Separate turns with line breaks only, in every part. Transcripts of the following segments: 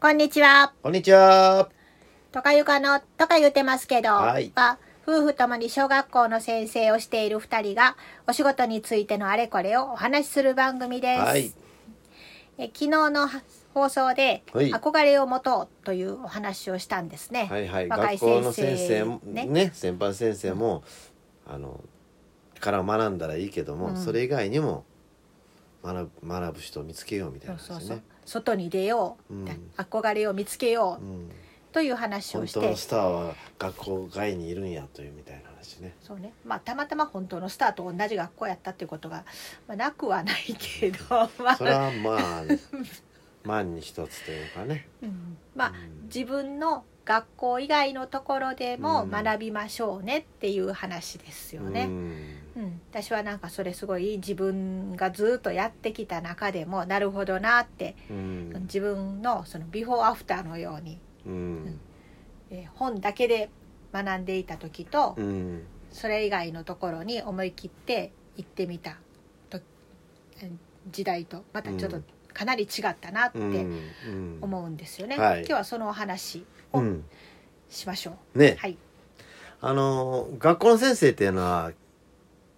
こんにちは。
こんにちは。
とかゆかの、とか言ってますけど、
はい
夫婦ともに小学校の先生をしている二人が、お仕事についてのあれこれをお話しする番組です。
はい。
え昨日の放送で、
はい
憧れを持とうというお話をしたんですね。
はいはい。
若い
学
先生
校の先生も
ね
ね先輩先生も、あのから学んだらいいけども、
うん
それ以外にも学ぶ学ぶ人を見つけようみたい
そ
な
う
話ね。
そうそう。外に出よう、
うん
憧れを見つけよう
うん。
という話を
本
して
当、のスターは学校外にいるんやというみたいな話ね。
そうねまあたまたま本当のスターと同じ学校やったっていうことが、まあ、なくはないけど、まあ
それはまあ万に一つというかね。
うんまあ
うん
自分の学校以外のところでも
うん
学びましょうねっていう話ですよ
う
ね。
ん。
うん、私はなんかそれすごい自分がずっとやってきた中でもなるほどなって、
うん。
自分のそのビフォーアフターのように、
うん。
えー本だけで学んでいた時と、
うん。
それ以外のところに思い切って行ってみたとえ時代とまたちょっ
う
と
ん
かなり違ったなっ
うん。
て
うん
思うんですよね。
はい
今日はそのお話
う
を
ん。
しましょう。
ね。
はい。
あの学校の先生っていうのは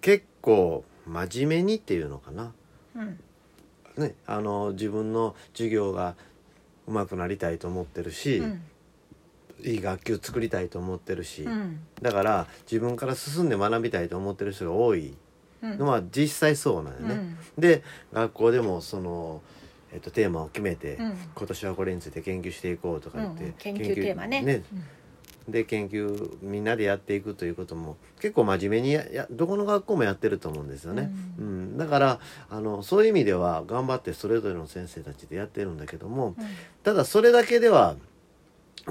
結構真面目にっていうのかな、
うん。
ね、あの自分の授業がうまくなりたいと思ってるし、
うん。
いい学級作りたいと思ってるし、
うん。
だから自分から進んで学びたいと思ってる人が多い
うん
のは実際そうなんよ
う
ね。
ん。
で学校でもその、えっと、テーマを決めて、
うん
今年はこれについて研究していこうとか
う
言っ
ん
て、
研究テーマね。うん
で研究みんなでやっていくということも結構真面目にややどこの学校もやってると思うんですよね、
う
うんんだからあのそういう意味では頑張ってそれぞれの先生たちでやってるんだけども
うん
ただそれだけでは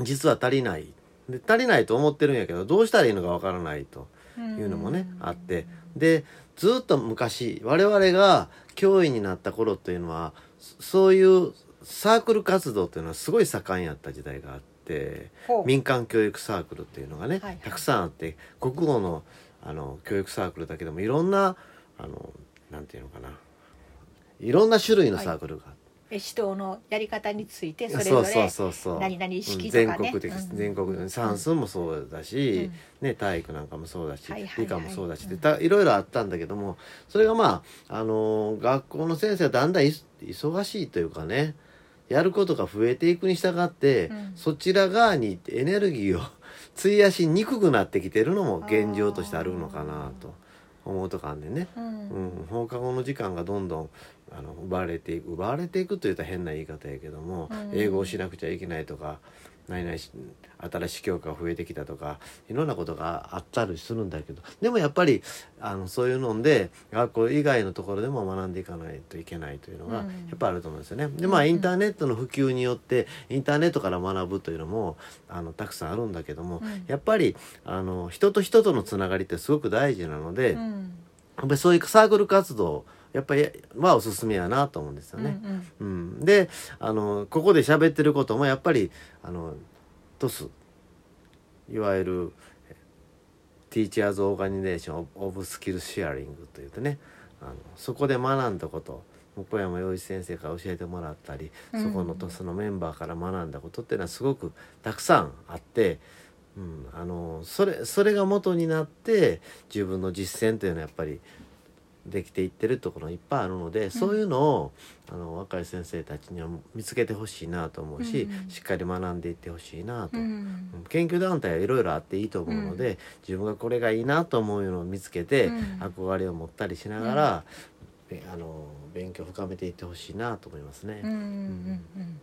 実は足りないで足りないと思ってるんやけどどうしたらいいのかわからないというのもね、
うん
あってでずっと昔我々が教員になった頃というのはそそういうサークル活動というのはすごい盛んやった時代があって。
ほう
民間教育サークルっていうのがね、
はいはい
たくさんあって国語のあの教育サークルだけでもいろんなあのなんていうのかないろんな種類のサークルがあって、
え指導のやり方についてそれ
そ
ぞ
うそう
れ
そうそう
何々式
う
と
ん全
かね。
国的、
うん
全国的算数もそうだし、ね、体育なんかもそうだし、
はいはいはい
理科もそうだし
うん
でたいろいろあったんだけどもそれがまあ、あのー学校の先生はだんだんい忙しいというかねやることが増えていくに従って、
うん
そちら側にエネルギーを 費やしにくくなってきてるのも現状としてあるのかなと思うとかあんでね、
うん
う。ん、放課後の時間がどんどんあの奪われていく奪われていくというと変な言い方やけども、
うん
英語をしなくちゃいけないとか何々し新しい教科が増えてきたとかいろんなことがあったりするんだけどでもやっぱりあのそういうので学校以外のところでも学んでいかないといけないというのが
う
や
ん
っぱあると思うんですよね。でまあインターネットの普及によってインターネットから学ぶというのもあのたくさんあるんだけども、
うん
やっぱりあの人と人とのつながりってすごく大事なので。
うん
やっぱりそういうサークル活動やっぱりはおすすめやなと思うんですよね。
うんうん
うんであのここで喋ってることもやっぱりあのトスいわゆるティーチャーズ・オーガニゼーション・オブ・スキル・シェアリングというとねあのそこで学んだこと小山洋一先生から教えてもらったりそこのトスのメンバーから学んだことっていうのはすごくたくさんあって、うん、あのそれそれが元になって自分の実践というのはやっぱりできていってるところいっぱいあるので、そういうのをあの若い先生たちには見つけてほしいなと思うし、
うんうん
しっかり学んでいってほしいなと、
う
うん
ん
研究団体はいろいろあっていいと思うので、自分がこれがいいなと思うのを見つけて、
うん
憧れを持ったりしながら、べあの勉強を深めていってほしいなと思いますね。
うんうんうん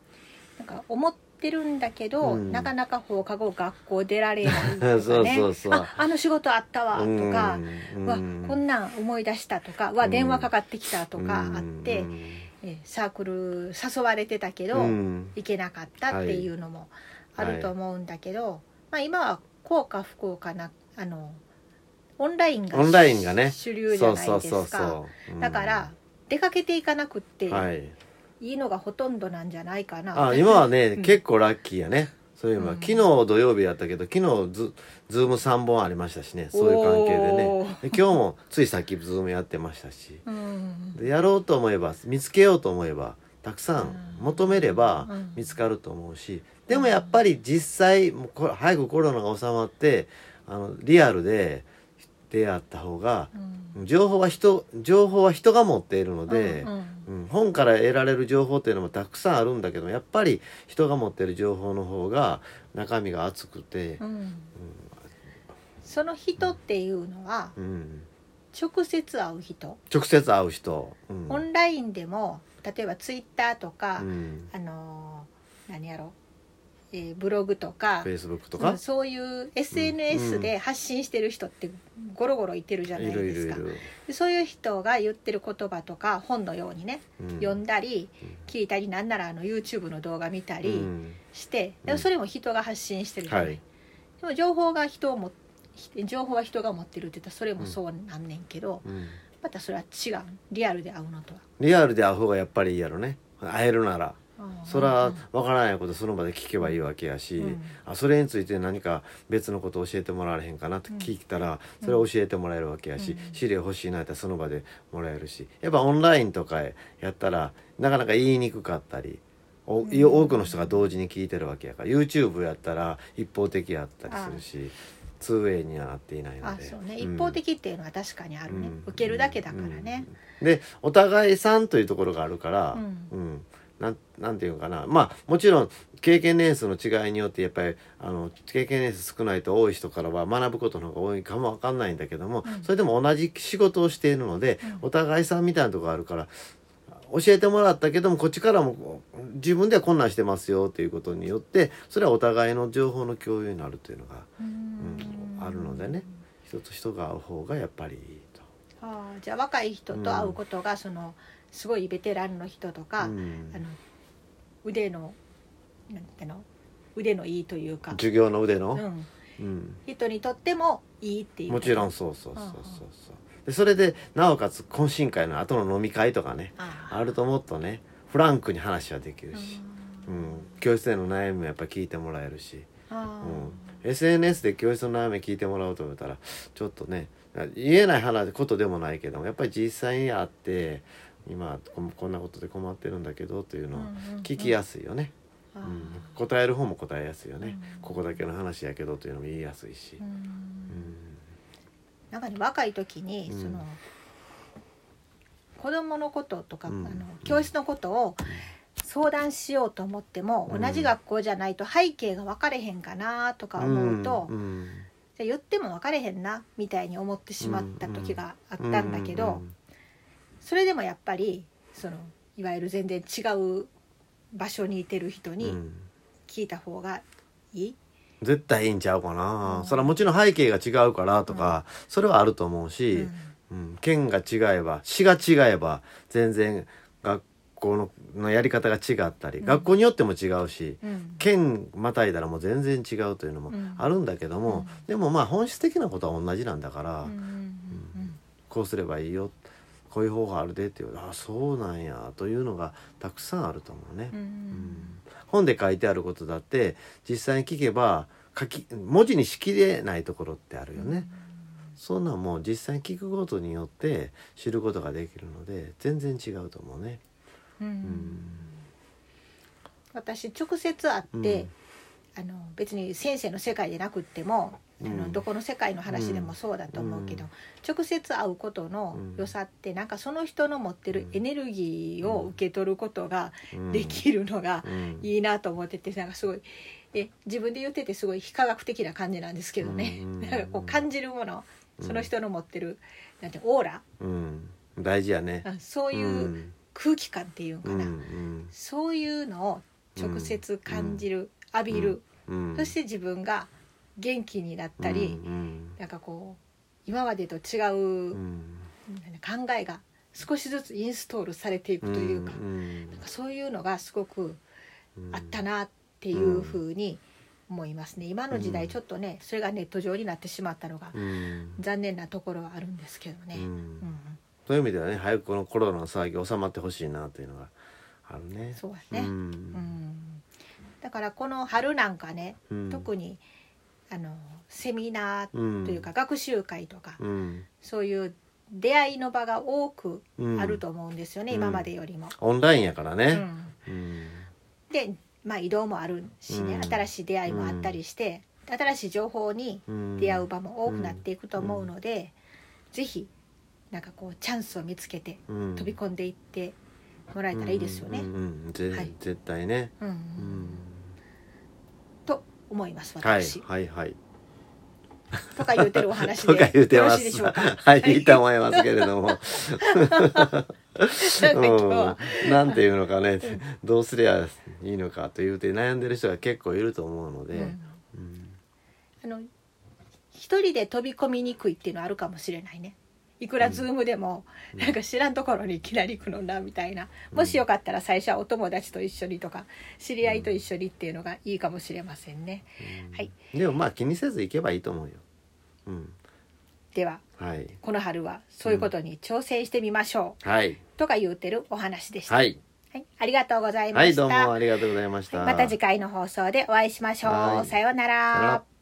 なんか思ってるんだけど、
うん
なかなか放課後学校出られないと
そ
か
う
ね
そうそう
ああの仕事あったわとか、
う
うんわ
うん
こんなん思い出したとかうわ
うん
電話かかってきたとかあって、
うん
えサークル誘われてたけど、
うん
行けなかったっていうのもあると思うんだけど、まあ、今はこうか不幸かなあのオンラインが
オンラインがね
主流じ
そ
ゃ
う
ない
そう
です
そう
か。
そう、うん
だから出かけていかなくって
はい、
いいのがほとんどなんじゃないかな。
あ今はね、
うん
結構ラッキーやねそういうのは、
うん
昨日土曜日やったけど昨日ズズーム3本ありましたしねそういう関係でね
おー
で今日もついさっきズームやってましたし
うん
でやろうと思えば見つけようと思えばたくさん
うん
求めれば
うん
見つかると思うしでもやっぱり実際もうこれ早くコロナが収まってあのリアルで出会った方が
うん
情報は人情報は人が持っているので
う、ん
うん本から得られる情報っていうのもたくさんあるんだけどやっぱり人が持っている情報の方が中身が厚くて
う、んその人っていうのは
うん、
直接会う人
直接会う人、うん
オンラインでも例えばツイッターとか、
うん、
あのー何やろ、えーブログとか
Facebook と
う
か
ん、そういう SNS で発信してる人ってゴロゴロいてるじゃない
い
ですか
るいるいる、
でそういう人が言ってる言葉とか本のようにね、
うん、
読んだり
うん
聞いたりなんならあの YouTube の動画見た
う
り
ん
して、
ん
でもそれも人が発信してるじゃない、
はい
でも情報が人をも情報は人が持ってるって言ったらそれもそうなんねんけど、
うん、
またそれは違うリアルで会うのとは。
リアルで会う方がやっぱりいいやろね会えるなら
うん
そらわからないことその場で聞けばいいわけやし、
うん
あそれについて何か別のこと教えてもらわれへんかなって聞いたら、
うん
それを教えてもらえるわけやし、
うん
資料欲しいなやったらその場でもらえるしやっぱオンラインとかやったらなかなか言いにくかったり。お
うん
多くの人が同時に聞いてるわけやから YouTube やったら一方的やったりするし 2way にはなっていないの
あ
で
そうね、
うん
一方的っていうのは確かにあるね、
うん
受けるだけだからね、
うんでお互いさんというところがあるから、
う
うんなんなんていうのかなまあもちろん経験年数の違いによってやっぱりあの経験年数少ないと多い人からは学ぶことの方が多いかもわかんないんだけども、
うん
それでも同じ仕事をしているので、
うん
お互いさんみたいなところがあるから教えてもらったけどもこっちからも自分では困難してますよということによってそれはお互いの情報の共有になるというのが
うん
うんあるのでね人と人が合う方がやっぱりいいと。
ああじゃあ若い人と会うことが、そのすごいベテランの人とか、
うん
あの腕のなんていうの腕のいいというか、
授業の腕の、
うん、
うん
人にとってもいいっていう
もちろん
あ
そうそうそうそ
う
う
んうん
そうでそれでなおかつ懇親会の後の飲み会とかね
あ
あるともっとねフランクに話はできるし、う
うんん
教室での悩みもやっぱ聞いてもらえるし、う
あ
ん、SNS で教室の悩み聞いてもらおうと思ったらちょっとね言えない話ことでもないけどもやっぱり実際に会って今こんこんなことで困ってるんだけどという
ー
のを
うんうんうん
聞きやすいよね、
あ
う
ー
ん答える方も答えやすいよね、
うん
ここだけの話やけどというのも言いやすいし
う。ん
うん
なんかね若い時に、
うん
その子供のこととか、
うん
あの
うん
教室のことを相談しようと思っても、
うん
同じ学校じゃないと背景が分かれへんかなとか思うと、
んん
じゃあ言っても分かれへんなみたいに思ってしまった時があったんだけど、それでもやっぱりそのいわゆる全然違う場所にいてる人
うんうんう
に
ん
聞いた方がいい、
絶対いいんちゃうかな、
うん
それはもちろん背景が違うからとか、それはあると思う
う
し、
ん
うん県が違えば市が違えば全然学校ののやり方が違ったり、
うん
学校によっても違うし
うん
県またいだらもう全然違うというのも
うん
あるんだけども、でもまあ本質的なことは同じなんだから、
うんうんうん
こうすればいいよこういう方法あるでっていうあそうなんやというのがたくさんあると思うね。
うんうん
本で書いてあることだって実際に聞けば書き文字にしきれないところってあるよね、そんなんもう実際に聞くことによって知ることができるので全然違うと思うね
うん
うん
私直接会って、
うん
あの別に先生の世界でなくっても、あ
う
の
ん
どこの世界の話でもそうだと思うけど、
うん
直接会うことの良さって、なんかその人の持ってるエネルギーを受け取ることが
うん
できるのが
うん
いいなと思っててなんかすごいえ自分で言っててすごい非科学的な感じなんですけどね、
うん
なんかこう感じるもの
うん
その人の持ってるなんてオーラ
うん大事やね
あそういうう空気感っていうんか
う
な、
んうん
そういうのを直接感じる、浴びる、
うん
そして自分が元気になったり、
うん
なんかこう今までと違う、
うんうん
なんか考えが少しずつインストールされていくというか,、
ん
なんかそういうのがすごく
うん
あったなっていうふうに思いますね今の時
う
代
ん
ちょっとねそれがネット上になってしまったのが
うん
残念なところはあるんですけどね
う。
うんん
そういう意味ではね早くこのコロナの騒ぎ収まってほしいなというのがあるね
そうですね
ん
うんだからこの春なんかね
うん
特にあのセミナー
うん
というか学習会とか
うん
そういう出会いの場が多く
うん
あると思うんですよね、
うん
今までよりも。
オンラインやから
う
ね、
ん
うん
で、まあ、移動もあるしね、
うん
新しい出会いもあったりして、新しい情報に
うん
出会う場も多くなっていくと思うので、ぜひなんかこうチャンスを見つけて
うん
飛び込んでいってもらえたらいいですよね。
う
うんん
うんうんぜ
はい
絶対ね、うん、
と思います
はい
私、
はいはい
とか言うてるお話
と
で
か言うてま
よろしいですしょうか。
はいいいと思いますけれど も
なんで今日は
うん、なんていうのかねどうすりゃいいのかというて悩んでる人が結構いると思うので、
うん
うん
あの一人で飛び込みにくいっていうのはあるかもしれないねいくらズームでも、なんか知らんところにいきなり行くのなみたいな、もしよかったら最初はお友達と一緒にとか知り合いと一緒にっていうのがいいかもしれませんね、はい
でもまあ気にせず行けばいいと思うよ。うん、
では
はい
この春はそういうことに挑戦してみましょう、
はい
とか言うてるお話でした、
はい
はいありがとうございま
はい
した、
どうもありがとうございました。
また次回の放送でお会いしましょう、
はい
さような
さよなら
ら